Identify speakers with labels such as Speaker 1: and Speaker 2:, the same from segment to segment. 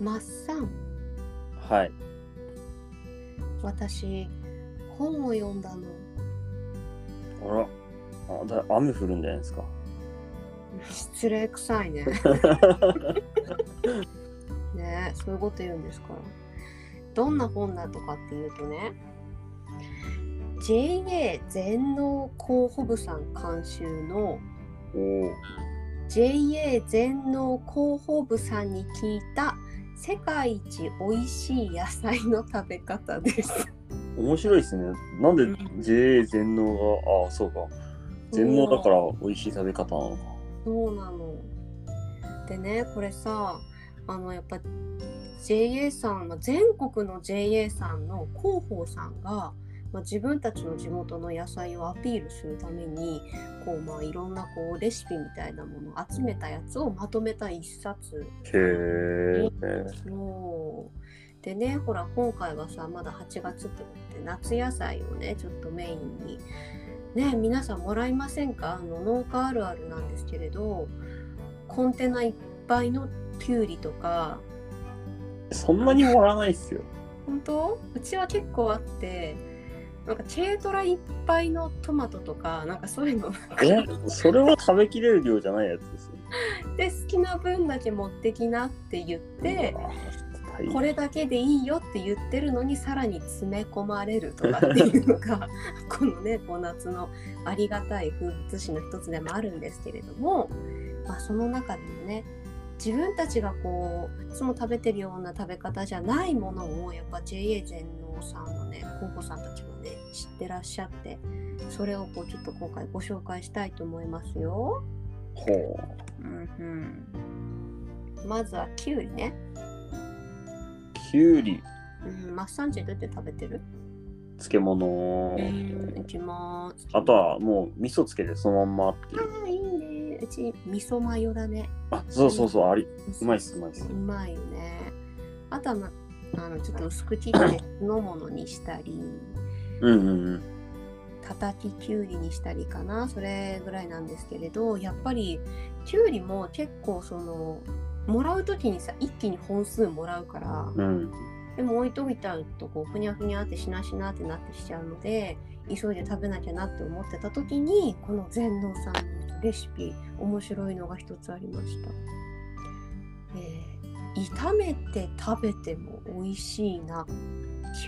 Speaker 1: マッサン
Speaker 2: はい。
Speaker 1: 私本を読んだの
Speaker 2: あら。あだ雨降るんじゃないですか。
Speaker 1: 失礼くさいねねそういうこと言うんですからどんな本だとかっていうとね JA 全農候補部さん監修の
Speaker 2: おお。
Speaker 1: JA 全農広報部さんに聞いた世界一美味しい野菜の食べ方です。
Speaker 2: 面白いですね。なんで JA 全農が、ああ、そうか。全農だから美味しい食べ方なのか。
Speaker 1: そうなの。でねこれさあのやっぱ JA さんの全国の JA さんの広報さんが、まあ、自分たちの地元の野菜をアピールするためにこう、まあ、いろんなこうレシピみたいなものを集めたやつをまとめた一冊
Speaker 2: へえ。
Speaker 1: そうでねほら今回はさまだ8月ってことで夏野菜をねちょっとメインにね皆さんもらいませんかあの農家あるあるなんですけれどコンテナいっぱいのきゅうりとか
Speaker 2: そんなにもらわないっす よ。
Speaker 1: 本当うちは結構あってなんか軽トラいっぱいのトマトとかなんかそういうの
Speaker 2: え、それは食べきれる量じゃないやつですよ。
Speaker 1: で好きな分だけ持ってきなって言って
Speaker 2: うわー、
Speaker 1: こ
Speaker 2: れ
Speaker 1: れだけでいいよって言ってるのにさらに詰め込まれるとかっていうの がこのねこう夏のありがたい風物詩の一つでもあるんですけれども、まあ、その中でもね自分たちがこういつも食べてるような食べ方じゃないものをやっぱ JA 全農さんのね候補さんたちもね知ってらっしゃってそれをこうちょっと今回ご紹介したいと思いますよ。
Speaker 2: ほ
Speaker 1: うんまずはきゅうりね。
Speaker 2: う。きゅうり、
Speaker 1: うん、マッサンジどうやって食べてる
Speaker 2: 漬物。
Speaker 1: いきます。
Speaker 2: あとはもう味噌つけてそのまんまっていう。
Speaker 1: ああ、いいね。うち、味噌マヨだね。
Speaker 2: あ、そうそうそう、あり。うまいっす、うまいっす
Speaker 1: う。まいよね。あとは、ま、あの、ちょっと薄く切って、のものにしたり、
Speaker 2: うんうんうん。
Speaker 1: たたききゅうりにしたりかな。それぐらいなんですけれど、やっぱり、きゅうりも結構、その、もらうときにさ、一気に本数もらうから、
Speaker 2: うん。
Speaker 1: でも置いといちゃうとこうふにゃふにゃってしなしなってなってきちゃうので急いで食べなきゃなって思ってた時にこの全農さんのレシピ面白いのが一つありました、えー炒めて食べても美味しいな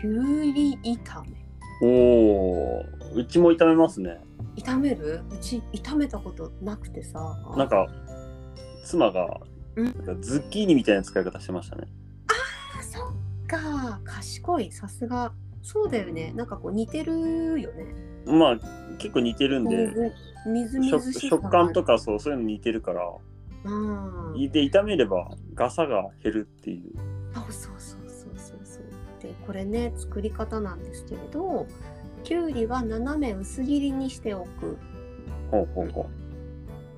Speaker 1: きゅうり炒め
Speaker 2: おー、うちも炒めますね。
Speaker 1: 炒めるうち炒めたことなくてさ
Speaker 2: なんか、妻が、
Speaker 1: うん
Speaker 2: なんかズッキーニみたいな使い方してましたね。
Speaker 1: あそっか賢いさすがそうだよねなんかこう似てるよね
Speaker 2: まあ、結構似てるんで、
Speaker 1: みずみず
Speaker 2: 食
Speaker 1: しい
Speaker 2: 食感とかそうそういうの似てるから、
Speaker 1: うん
Speaker 2: で、炒めればガサが減るっていう。
Speaker 1: あそうそうそうそうそうでこれね作り方なんですけれどきゅうりは斜め薄切りにしておく
Speaker 2: ほうほうほ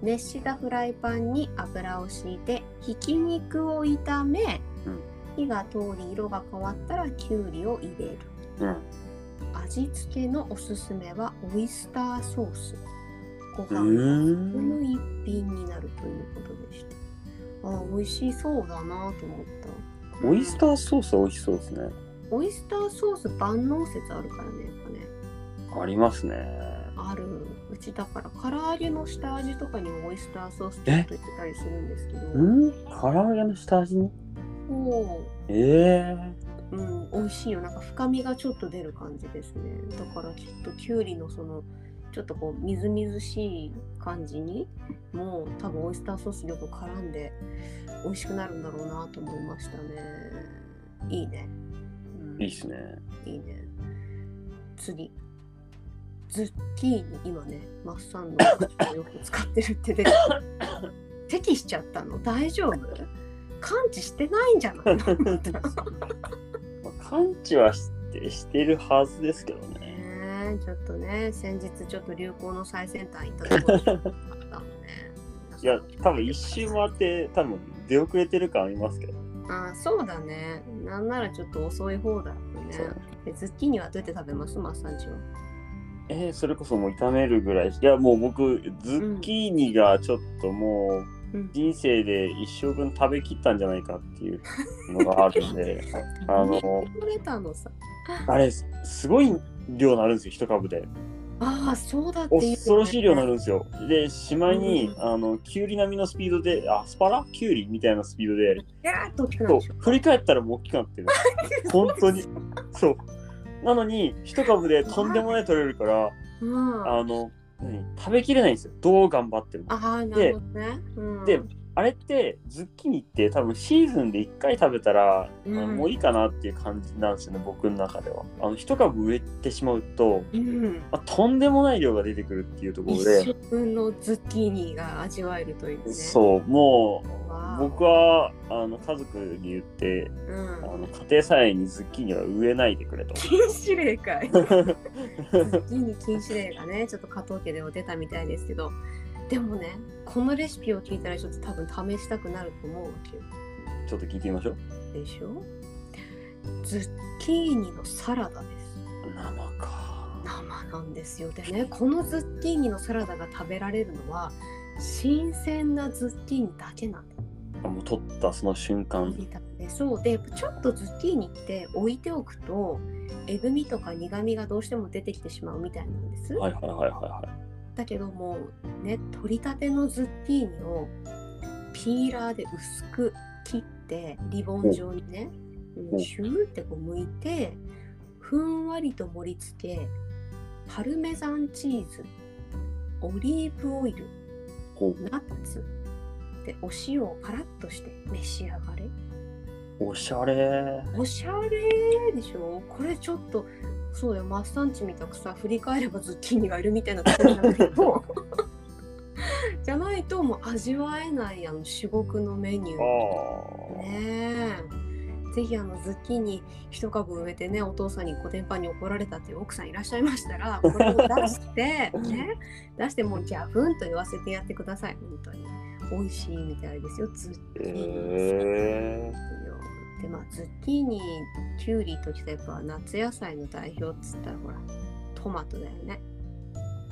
Speaker 1: 熱したフライパンに油を敷いてひき肉を炒め、
Speaker 2: うん
Speaker 1: 火が通り色が変わったらきゅうりを入れる
Speaker 2: う。うん。
Speaker 1: 味付けのおすすめはオイスターソースご
Speaker 2: う
Speaker 1: 飯こ
Speaker 2: ー
Speaker 1: の
Speaker 2: ん。
Speaker 1: 一品になるということでしたあ美味しそうだなと思った
Speaker 2: オイスターソース美味しそうですね。
Speaker 1: オイスターソース万能説あるからねやっぱね
Speaker 2: ありますね。
Speaker 1: あるうちだから唐揚げの下味とかにもオイスターソースちょっと入れたりするんですけど
Speaker 2: うん唐揚げの下味に
Speaker 1: こ
Speaker 2: え
Speaker 1: う、
Speaker 2: え
Speaker 1: うん、美味しいよなんか深みがちょっと出る感じですねだからきっときゅうりのそのちょっとこうみずみずしい感じにもう多分オイスターソースよく絡んで美味しくなるんだろうなと思いましたねいいね、うん
Speaker 2: いいっす ね。
Speaker 1: いいね。次。ズッキーニ、今ね、マッサンのことをよく使ってるって出てた。咳しちゃったの大丈夫感知してないんじゃないのね
Speaker 2: まあ、感知はしてしてるはずですけどね。
Speaker 1: えちょっとね、先日ちょっと流行の最先端行ったところだったのね。
Speaker 2: いや、多分一周回って、多分出遅れてる感ありますけど。
Speaker 1: あそうだね。なんならちょっと遅い方だよね
Speaker 2: そう。
Speaker 1: でズッキーニはどうやって食べますマッサンチは。
Speaker 2: えーそれこそもう炒めるぐらいしいや、もう僕、ズッキーニがちょっともう、
Speaker 1: うん
Speaker 2: 人生で一生分食べきったんじゃないかっていうのがある んであの
Speaker 1: 取れたのさ
Speaker 2: あれすすごい量になるんですよ一株で
Speaker 1: ああそうだっていう、
Speaker 2: 恐ろしい量にな
Speaker 1: る
Speaker 2: るんですよでしまいに、
Speaker 1: うん
Speaker 2: あのキュウリ並みのスピードであスパラキュウリみたいなスピードで
Speaker 1: やーっと大きくな
Speaker 2: そ
Speaker 1: る
Speaker 2: う
Speaker 1: でしょ
Speaker 2: 振り返ったらもう大きく なってる本当にそうなのに一株でとんでもない取れるから
Speaker 1: うんあ
Speaker 2: あの何食べきれないんですよどう頑張っても
Speaker 1: あなるほどね、うん、
Speaker 2: であれってズッキーニって多分シーズンで1回食べたら、
Speaker 1: うん
Speaker 2: あのもういいかなっていう感じなんですよね僕の中ではあの一株植えてしまうと、
Speaker 1: うん
Speaker 2: まあとんでもない量が出てくるっていうところ
Speaker 1: 一
Speaker 2: で、
Speaker 1: 食分のズッキーニが味わえるというね。
Speaker 2: そうも
Speaker 1: わあ
Speaker 2: う僕はあの家族に言って
Speaker 1: う。
Speaker 2: あ
Speaker 1: ん。
Speaker 2: の家庭菜園にズッキーニは植えないでくれと
Speaker 1: 禁止令か い。ズッキーニ禁止令がね、ちょっと加藤家でも出たみたいですけど、でもね、このレシピを聞いたらちょっと多分試したくなると思うわけよ。
Speaker 2: ちょっと聞いてみましょう
Speaker 1: でしょズッキーニのサラダです。
Speaker 2: 生か
Speaker 1: 生なんですよでねこのズッキーニのサラダが食べられるのは新鮮なズッキーニだけなんだ
Speaker 2: あもう取ったその瞬間
Speaker 1: みたいでそうでちょっとズッキーニって置いておくとえぐみとか苦みがどうしても出てきてしまうみたいなんです、
Speaker 2: はいはいはいは
Speaker 1: だけどもうね取りたてのズッキーニをピーラーで薄く切ってリボン状にね、うん
Speaker 2: お
Speaker 1: シューってこう剥いてふんわりと盛り付けパルメザンチーズオリーブオイル
Speaker 2: いこう
Speaker 1: ナッツでお塩をパラッとして召し上がれ
Speaker 2: おしゃれ
Speaker 1: おしゃれでしょこれちょっとそうよマッサンチみたくさ振り返ればズッキーニがいるみたいなことになるけ どじゃないともう味わえないあの至極のメニュ
Speaker 2: あ
Speaker 1: ー
Speaker 2: ー
Speaker 1: ねえぜひあのズッキーニ一株植えてねお父さんにコテンパンに怒られたっていう奥さんいらっしゃいましたらこれを出して、 ね、出してもうギャフンと言わせてやってください本当に美味しいみたいですよズッキーニ
Speaker 2: え
Speaker 1: でまあズッキーニキュウリときたやっぱ夏野菜の代表っつったらほらトマトだよね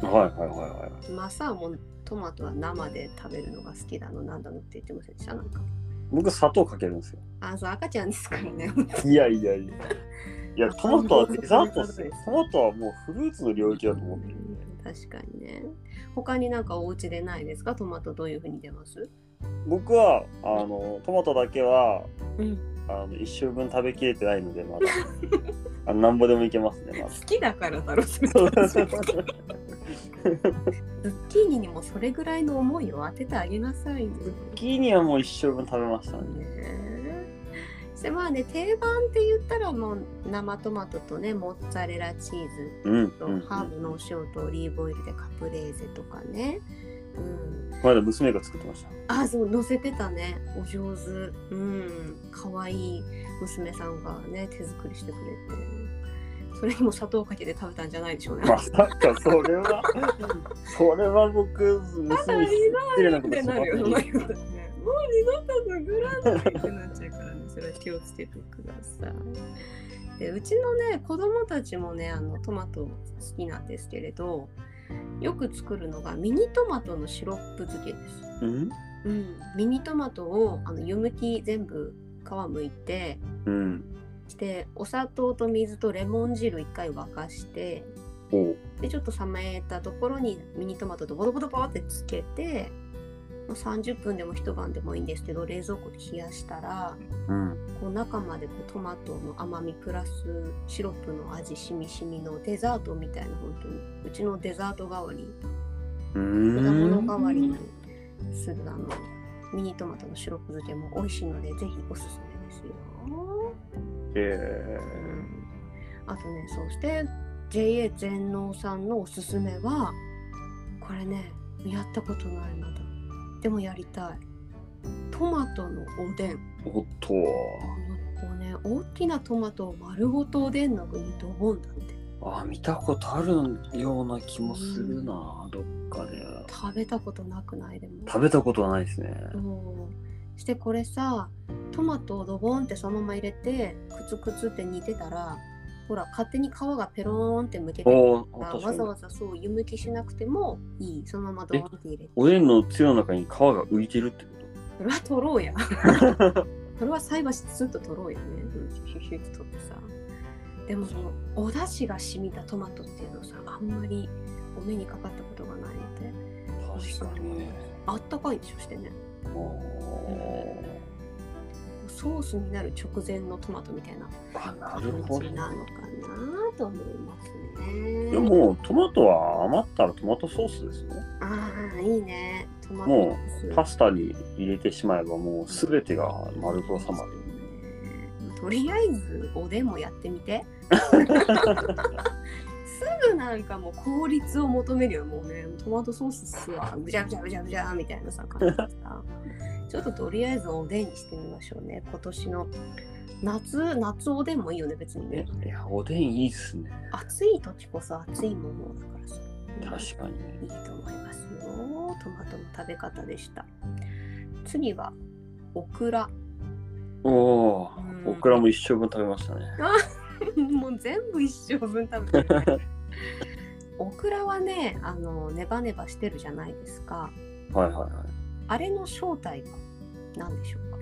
Speaker 2: ー、はいはいはいはい
Speaker 1: マサはもうトマトは生で食べるのが好きだのなんだのって言ってませんでしたなんか
Speaker 2: 僕砂糖かけるんですよ
Speaker 1: あそう赤ちゃんですからね
Speaker 2: いやいやいやいや トマトはデザートっすよトマトはもうフルーツの領域だと思ってるんで
Speaker 1: 確かにね他になんかお家でないですかトマトどういうふうに出ます
Speaker 2: 僕はあのトマトだけは
Speaker 1: うん
Speaker 2: あの一生分食べきれてないのでまだ あのなんぼでもいけますねまだ
Speaker 1: 好きだからだろそれ ズッキーニにもそれぐらいの思いを当ててあげなさいよ
Speaker 2: キーニはもう一生分食べましたね
Speaker 1: ねそしてまあね定番って言ったらもう生トマトとねモッツァレラチーズ
Speaker 2: うん、
Speaker 1: と
Speaker 2: うん、
Speaker 1: ハーブのお塩とオリーブオイルでカプレーゼとかね、うん、
Speaker 2: まだ娘が作ってました
Speaker 1: あそう乗せてたねお上手うん可愛い娘さんがね手作りしてくれてそれにも砂糖かけて食べたんじゃないでしょうね。
Speaker 2: まさかそれ はそれは僕娘に失礼なこと
Speaker 1: って
Speaker 2: し
Speaker 1: な
Speaker 2: ま
Speaker 1: るよ、
Speaker 2: す
Speaker 1: もう
Speaker 2: ね
Speaker 1: 二度と作らないってなっちゃうからね、それは気をつけてください。で、うちのね、子供たちもね、あのトマト好きなんですけれど、よく作るのがミニトマトのシロップ漬けです。
Speaker 2: うん
Speaker 1: うん、ミニトマトをあの湯むき全部皮むいて、
Speaker 2: うん
Speaker 1: してお砂糖と水とレモン汁一回沸かして、
Speaker 2: おう
Speaker 1: でちょっと冷めたところにミニトマトとボロボロボロってつけて、まあ、30分でも一晩でもいいんですけど冷蔵庫で冷やしたら
Speaker 2: うん
Speaker 1: こう中までこうトマトの甘みプラスシロップの味しみしみのデザートみたいな本当にうちのデザート代わり
Speaker 2: う
Speaker 1: 果
Speaker 2: ん
Speaker 1: 物代わりにするあのミニトマトのシロップ漬けも美味しいのでぜひおすすめですよ。
Speaker 2: え
Speaker 1: あとねそうして JA 全農さんのおすすめはこれねやったことないまだでもやりたいトマトのおでん
Speaker 2: ー、おっと
Speaker 1: こうね大きなトマトを丸ごとおでんの具にドボンだって
Speaker 2: あ見たことあるような気もするなどっかで
Speaker 1: 食べたことなくないでも
Speaker 2: 食べたことはないですね
Speaker 1: そうしてこれさトマトをドボンってそのまま入れてクツクツって煮てたらほら勝手に皮がペローンってむけてる
Speaker 2: あ
Speaker 1: か
Speaker 2: あ、
Speaker 1: ら
Speaker 2: 確
Speaker 1: わざ
Speaker 2: かに。
Speaker 1: わざそう湯むきしなくてもいいそのままドーンって入れて
Speaker 2: おでんのつゆの中に皮が浮いてるってこ
Speaker 1: それは取ろう やそれは菜箸つつっと取ろうよねうんヒュヒュヒュって取ってさでもそのお出汁が染みたトマトっていうのさあんまりお目にかかったことがないので
Speaker 2: と
Speaker 1: 確かにあったかいでしょしてね
Speaker 2: あー
Speaker 1: ソースになる直前のトマトみたいな
Speaker 2: あ、な
Speaker 1: 感
Speaker 2: るほ
Speaker 1: じ
Speaker 2: ど。
Speaker 1: なのかなと思いますね
Speaker 2: でも、トマトは余ったらトマトソースですよ。
Speaker 1: ああいいねトマト
Speaker 2: も
Speaker 1: ソース
Speaker 2: パスタに入れてしまえばもうすべてが丸く収まる。
Speaker 1: とりあえずおでんもやってみてすぐなんかもう効率を求めるよもうねトマトソースすわ ぐじゃぐじゃぐじゃぐじゃみたいなさ感じでさちょっととりあえずおでんにしてみましょうね今年の夏夏おでんもいいよね別に
Speaker 2: ね
Speaker 1: ね、
Speaker 2: いや、おでんいいっすね。
Speaker 1: 暑い時こそ暑いものだからさ
Speaker 2: 確かに。
Speaker 1: いいと思いますよ。トマトの食べ方でした。次はオクラ。
Speaker 2: おお
Speaker 1: う、ん
Speaker 2: オクラも一生分食べましたね。
Speaker 1: もう全部一生分食べて る。オクラはね、あのネバネバしてるじゃないですか。
Speaker 2: はいはいはい。
Speaker 1: あれの正体は何でしょうか。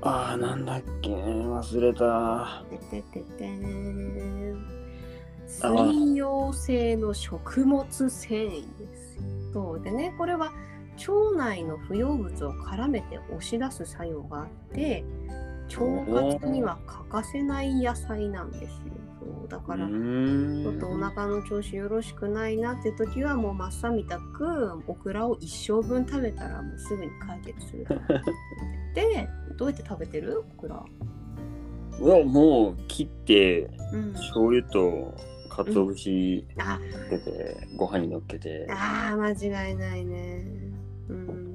Speaker 2: ああ、なんだっけ、忘れた。
Speaker 1: ててててーん。
Speaker 2: あ
Speaker 1: 水溶性の食物繊維です。そうでね、これは腸内の不要物を絡めて押し出す作用があって、腸活には欠かせない野菜なんですよ。そうだから、
Speaker 2: う
Speaker 1: ち
Speaker 2: ーん
Speaker 1: ょっとお腹の調子よろしくないなって時は、もうマッサみたくオクラを一生分食べたらもうすぐに解決する。で、どうやって食べてるオクラ。
Speaker 2: うわ、もう切って、
Speaker 1: うん。
Speaker 2: 醤油と鰹節
Speaker 1: あ
Speaker 2: つけて、ご飯に乗っけて。
Speaker 1: あー間違いないねうん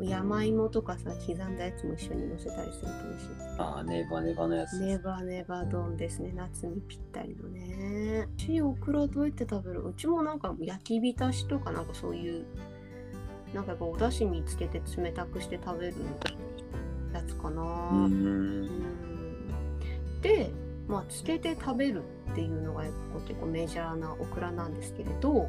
Speaker 1: 山芋とかさ刻んだやつも一緒に乗せたりすると美味しい
Speaker 2: ああ、ネバネバのやつ。
Speaker 1: ネバネバ丼ですね夏にぴったりのねうちオクラどうやって食べるうちもなんか焼き浸しとかなんかそういうなんかやっぱお出汁につけて冷たくして食べるやつかな
Speaker 2: うーん。
Speaker 1: うんで、まあ、つけて食べるっていうのが結構メジャーなオクラなんですけれど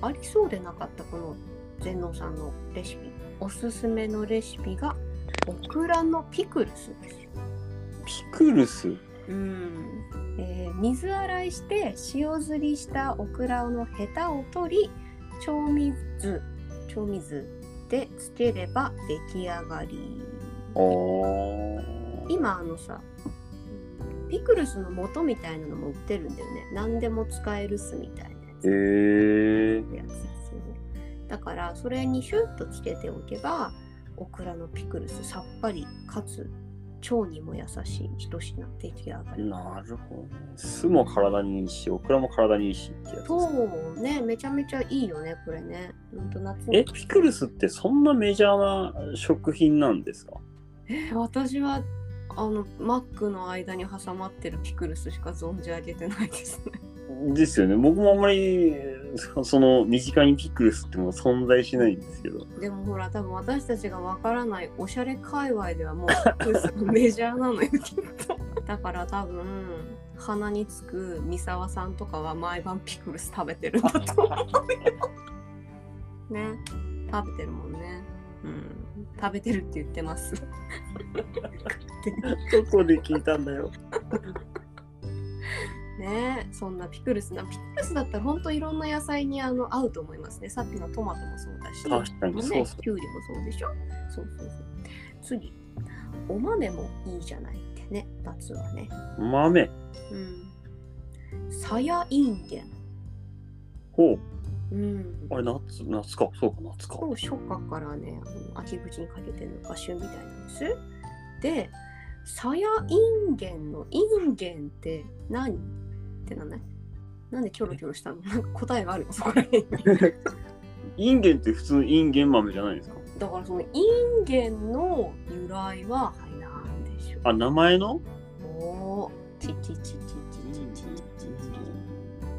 Speaker 1: ありそうでなかったこの全農さんのレシピおすすめのレシピがオクラのピクルスです。
Speaker 2: ピクルス。
Speaker 1: うんえー水洗いして塩づりしたオクラのヘタを取り調味酢調味酢でつければ出来上がり。
Speaker 2: ああ。
Speaker 1: 今あのさピクルスの素みたいなのも売ってるんだよね何でも使える酢みたいなや
Speaker 2: ええ
Speaker 1: つ,、
Speaker 2: ー。
Speaker 1: やつそうだからそれにシュッとつけておけばオクラのピクルスさっぱりかつ腸にも優しい一品出来上がり
Speaker 2: なるほど。酢も体にいいし、オクラも体にいいしってやつですね。
Speaker 1: そうねめちゃめちゃいいよねこれねほんと夏に
Speaker 2: え、ピクルスってそんなメジャーな食品なんですか
Speaker 1: え私はあのマックの間に挟まってるピクルスしか存じ上げてないですね
Speaker 2: ですよね。僕もあんまり、そその、身近にピクルスってもう存在しないんですけど。
Speaker 1: でもほら多分私たちがわからないおしゃれ界隈ではもうピクルスの メジャーなのよきっとだから多分鼻につく三沢さんとかは毎晩ピクルス食べてるんだと思うよね食べてるもんねうん食べてるって言ってます
Speaker 2: どこで聞いたんだ よ。
Speaker 1: ねそんなピクルスなピクルスだったらほんといろんな野菜にあの合うと思いますねさっきのトマトもそうだし
Speaker 2: 確かに、そ
Speaker 1: ね
Speaker 2: うそ、
Speaker 1: きゅうりもそうでしょそうそうそう。次、お豆もいいじゃないってね、夏はね。
Speaker 2: う。豆。
Speaker 1: うん。さやいんげん。
Speaker 2: ほう。
Speaker 1: うん。
Speaker 2: あれ、夏、夏か。そうか、夏か。
Speaker 1: こう初夏からね、あの秋口にかけてのが旬みたいなんです。で、さやいんげんのいんげんって何ってなんないなんでキョロキョロしたのなんか答えがあるのそこら辺に。
Speaker 2: インゲンって普通のインゲン豆じゃないですか。
Speaker 1: だからそのいんげんの由来は、はい、なんでしょう
Speaker 2: あ、名前の
Speaker 1: おーちちちちちちち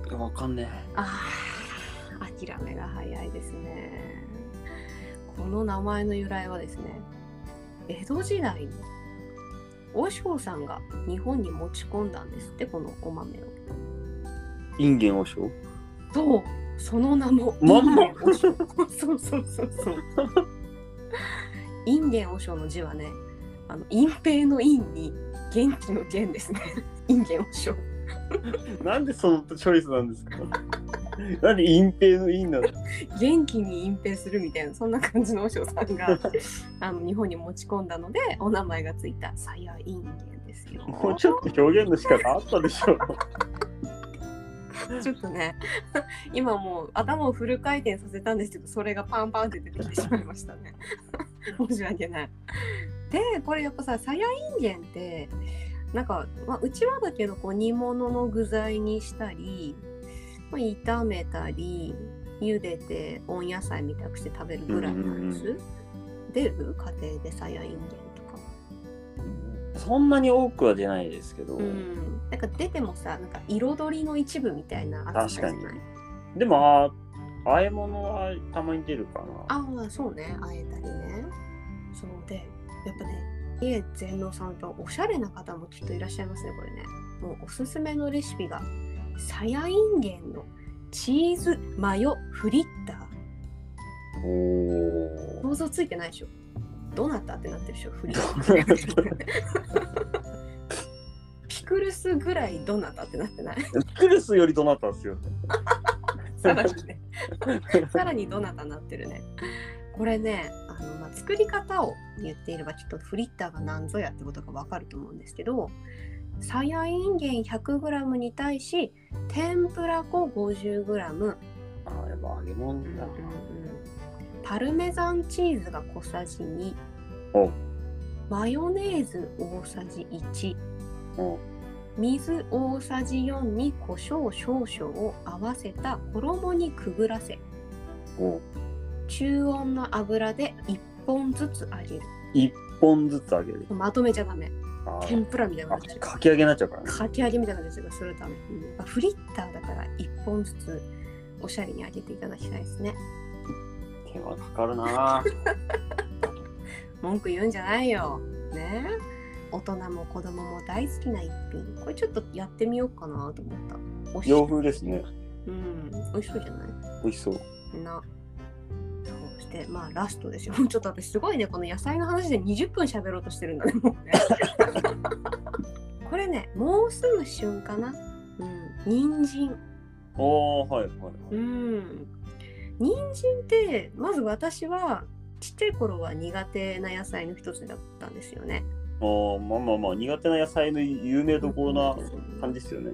Speaker 2: いやわかんねえ。
Speaker 1: あー諦めが早いですねこの名前の由来はですね江戸時代に和尚さんが日本に持ち込んだんですってこのお豆を
Speaker 2: インゲン和尚
Speaker 1: そうその名も
Speaker 2: まんま
Speaker 1: インゲン和尚そうそうそうそうインゲン和尚の字はねあの隠蔽の陰に元気の元ですねインゲン和尚
Speaker 2: なんでそのチョイスなんですかなんで隠蔽の隠なんだ
Speaker 1: 元気に隠蔽するみたいなそんな感じの和尚さん があの日本に持ち込んだのでお名前がついたサヤインゲンですよ
Speaker 2: もうちょっと表現の仕方あったでしょ
Speaker 1: ちょっとね、 今もう頭をフル回転させたんですけど、それがパンパンって出てきてしまいましたね。 申し訳ない。で、これやっぱさ、さやいんげんって、なんか、まあ、うちはだけどこう煮物の具材にしたり、まあ、炒めたり、茹でて温野菜みたいにして食べるぐらいなんです。
Speaker 2: うん
Speaker 1: 出る家庭でさやいんげんとか。
Speaker 2: そんなに多くは出ないですけど、
Speaker 1: うん。なんか出てもさ、なんか彩りの一部みたいな
Speaker 2: 確
Speaker 1: 扱
Speaker 2: か
Speaker 1: い
Speaker 2: に
Speaker 1: じゃない
Speaker 2: でもああえ物はたまに出るかな
Speaker 1: ああそうね会えたりねそうでやっぱね家全能さんとおしゃれな方もきっといらっしゃいますねこれねもうおすすめのレシピがさやいんげんのチーズマヨフリッター
Speaker 2: おお
Speaker 1: 想像ついてないでしょどうなったってなってるでしょフリッター ピクルスぐらいどうなったってなってない
Speaker 2: クルスよりどなたですよ
Speaker 1: さらに ねさらにどなたになってるねこれねあの、まあ、作り方を言っていればきっとフリッターが何ぞやってことがわかると思うんですけどさやいんげん 100g に対し天ぷら粉 50g
Speaker 2: ああやっぱ揚げ物だな
Speaker 1: パルメザンチーズが小さじ2
Speaker 2: お
Speaker 1: マヨネーズ大さじ1
Speaker 2: お
Speaker 1: 水大さじ4に胡椒少々を合わせた衣にくぐらせ
Speaker 2: お
Speaker 1: 中温の油で1本ずつ揚げる
Speaker 2: 一本ずつ揚げる
Speaker 1: まとめちゃダメ
Speaker 2: あー
Speaker 1: 天ぷらみたいな
Speaker 2: あ
Speaker 1: 感じ
Speaker 2: かき揚げになっちゃうからね
Speaker 1: かき揚げみたいな感じでするためフリッターだから1本ずつおしゃれに揚げていただきたいですね
Speaker 2: 手間かかるな
Speaker 1: 文句言うんじゃないよねえ大人も子供も大好きな一品これちょっとやってみようかなと思った美味しい
Speaker 2: 洋風ですね
Speaker 1: うん美味しそうじゃない
Speaker 2: 美味しそう
Speaker 1: なそうしてまあラストですよも うちょっと私すごいねこの野菜の話で20分喋ろうとしてるんだねも うねこれねもうすぐ旬かなうん人参
Speaker 2: おおはいはいは
Speaker 1: う
Speaker 2: い
Speaker 1: ん人参ってまず私はちっちゃい頃は苦手な野菜の一つだったんですよね
Speaker 2: あーまあまあまあ苦手な野菜の有名どころ
Speaker 1: うん
Speaker 2: な感じですよね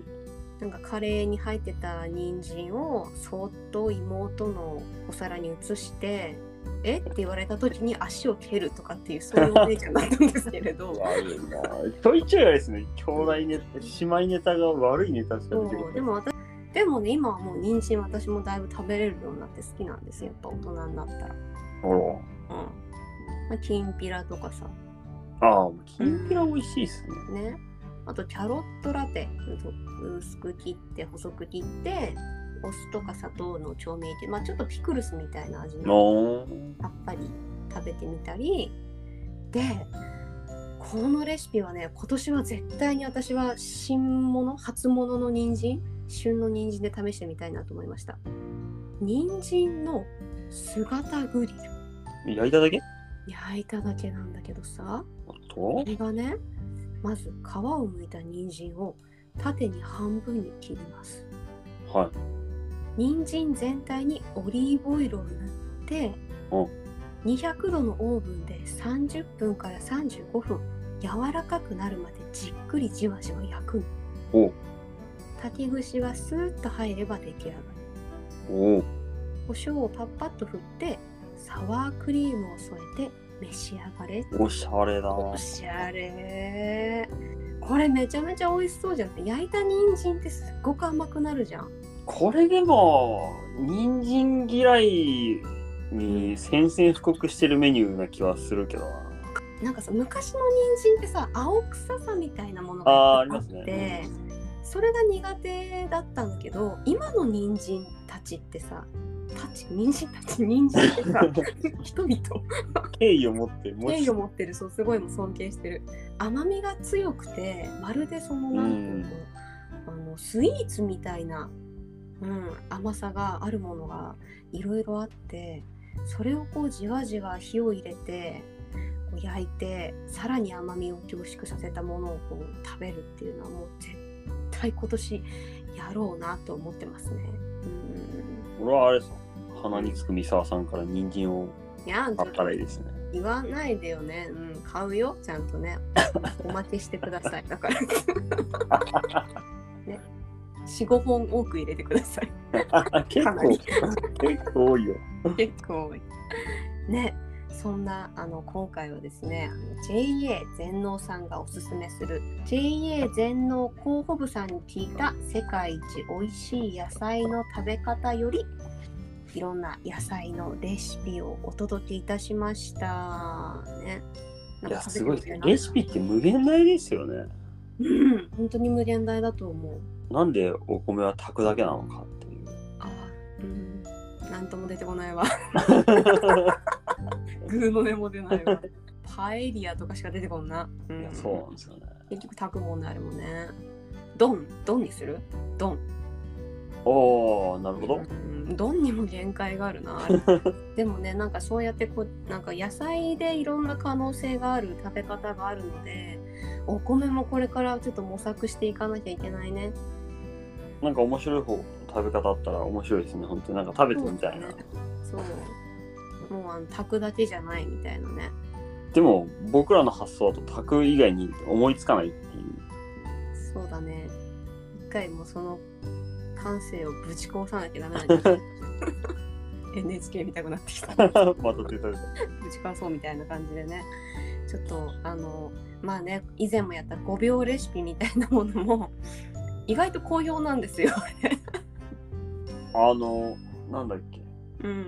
Speaker 1: なんかカレーに入ってた人参をそっと妹のお皿に移して「えっ?」て言われた時に足を蹴るとかっていうそういうお姉ちゃんだったんですけれ ど
Speaker 2: 悪いなちょいちょいあれですね兄弟ネタ姉妹ネタが悪いネタしか出て
Speaker 1: そ
Speaker 2: こな
Speaker 1: う
Speaker 2: い
Speaker 1: でも私でもね今はもう人参私もだいぶ食べれるようになって好きなんですよやっぱ大人になったら。うん
Speaker 2: ほ
Speaker 1: まあ、きんぴらとかさ
Speaker 2: らああきんぴら美味しいですね
Speaker 1: ねあとキャロットラペうん薄く切って細く切ってお酢とか砂糖の調味料、まあ、ちょっとピクルスみたいな味の
Speaker 2: お
Speaker 1: さっぱり食べてみたりでこのレシピはね今年は絶対に私は新物初物の人参旬の人参で試してみたいなと思いました人参の姿グリル
Speaker 2: 焼いただけ
Speaker 1: 焼いただけなんだけどさ
Speaker 2: あ
Speaker 1: ことれがねまず皮を剥いた人参を縦に半分に切ります
Speaker 2: はい
Speaker 1: 人参全体にオリーブオイルを塗って
Speaker 2: お
Speaker 1: 200度のオーブンで30分から35分柔らかくなるまでじっくりじわじわ焼くの
Speaker 2: お
Speaker 1: 竹串はスーッと入れば出来上がる
Speaker 2: おお
Speaker 1: 胡椒をパッパッと振ってサワークリームを添えて召し上がれ
Speaker 2: おしゃれだ
Speaker 1: おしゃれこれめちゃめちゃ美味しそうじゃない焼いた人参ってすっごく甘くなるじゃん
Speaker 2: これでも人参嫌いに宣戦布告してるメニューな気はするけどな
Speaker 1: なんかさ昔の人参ってさ青臭さみたいなものが
Speaker 2: あーあり
Speaker 1: あ
Speaker 2: ま
Speaker 1: っ
Speaker 2: す
Speaker 1: て
Speaker 2: ね
Speaker 1: それが苦手だったんだけど今の人参たちってさち人参たち人参 ってさ 人々
Speaker 2: 敬意を持って持
Speaker 1: 敬
Speaker 2: ち
Speaker 1: 意を持ってるそうすごいもう尊敬してる甘みが強くてまるでそのなんていうの,、あのスイーツみたいな、うん、甘さがあるものがいろいろあってそれをこうじわじわ火を入れてこう焼いてさらに甘みを凝縮させたものをこう食べるっていうのはもう絶対今年やろうなと思ってますね。うん
Speaker 2: 俺はあれさ鼻につく三沢さんから人参を
Speaker 1: いや
Speaker 2: 買ったらいいですね
Speaker 1: 言わないでよね。うん、買うよ、ちゃんと ね。お待ちしてください。だから。ね。4、5本多く入れてくだ さい。
Speaker 2: 結
Speaker 1: かなり
Speaker 2: 構結構多いよ
Speaker 1: 結構多い。ね。そんなあの今回はですねあの JA 全農さんがおすすめする JA 全農候補部さんに聞いた世界一おいしい野菜の食べ方よりいろんな野菜のレシピをお届けいたしましたね。なん
Speaker 2: い
Speaker 1: か食べ
Speaker 2: や
Speaker 1: て
Speaker 2: すご
Speaker 1: み
Speaker 2: いです
Speaker 1: た
Speaker 2: ね
Speaker 1: な
Speaker 2: レシピって無限大ですよね
Speaker 1: うん、 本当に無限大だと思う。
Speaker 2: なんでお米は炊くだけなのかっていう
Speaker 1: あうん、なんとも出てこ ないわ。グーの音も出ないわ。パエリアとかしか出てこんな。うん、
Speaker 2: いやそうなんですよね
Speaker 1: 結局炊くもんねあれもね。ドン、ドンにするドン。
Speaker 2: おーなるほど
Speaker 1: うん、ドンにも限界があるな。あ れでもね、なんかそうやってこう、なんか野菜でいろんな可能性がある食べ方があるので、お米もこれからちょっと模索していかなきゃいけないね。
Speaker 2: なんか面白い方食べ方あったら面白いですね本当になんか食べてみたいな
Speaker 1: そう。もうあの炊くだけじゃないみたいなね。
Speaker 2: でも僕らの発想だと炊く以外に思いつかないっていう
Speaker 1: そうだね。一回もうその感性をぶち壊さなきゃダメなん だ NHK 見たくなってきた。ぶ
Speaker 2: また出た出た
Speaker 1: ち壊そうみたいな感じでね。ちょっとあのまあね以前もやった5秒レシピみたいなものも意外と好評なんですよ。
Speaker 2: あのなんだっけ
Speaker 1: うん。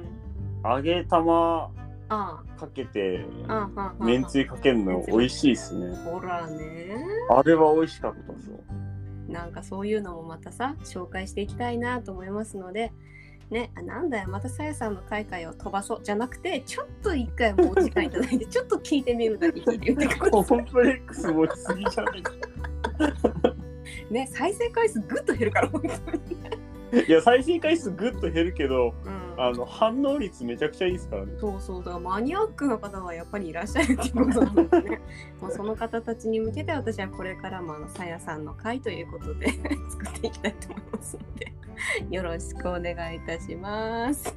Speaker 2: 揚げ玉
Speaker 1: あ
Speaker 2: かけて
Speaker 1: あ、ああ、ああ。
Speaker 2: めんつゆかけるの美味しいですね
Speaker 1: ほらね。
Speaker 2: あれは美味しかったですよ
Speaker 1: なんかそういうのもまたさ紹介していきたいなと思いますので。ね、あなんだよまたさやさんの大会を飛ばそうじゃなくてちょっと一回もうお時間いただいてちょっと聞いてみるだけ聞いてみてく
Speaker 2: コ
Speaker 1: ださ
Speaker 2: ンプレックス持ちすぎじゃないか
Speaker 1: いね再生回数ぐっと減るから本当に、
Speaker 2: いや再生回数ぐっと減るけど
Speaker 1: うん、
Speaker 2: あの反応率めちゃくちゃいいですからね
Speaker 1: そうそうだからマニアックな方はやっぱりいらっしゃるっていうことなんですねもうその方たちに向けて私はこれからもあのさやさんの会ということで作っていきたいと思いますのでよろしくお願いいたします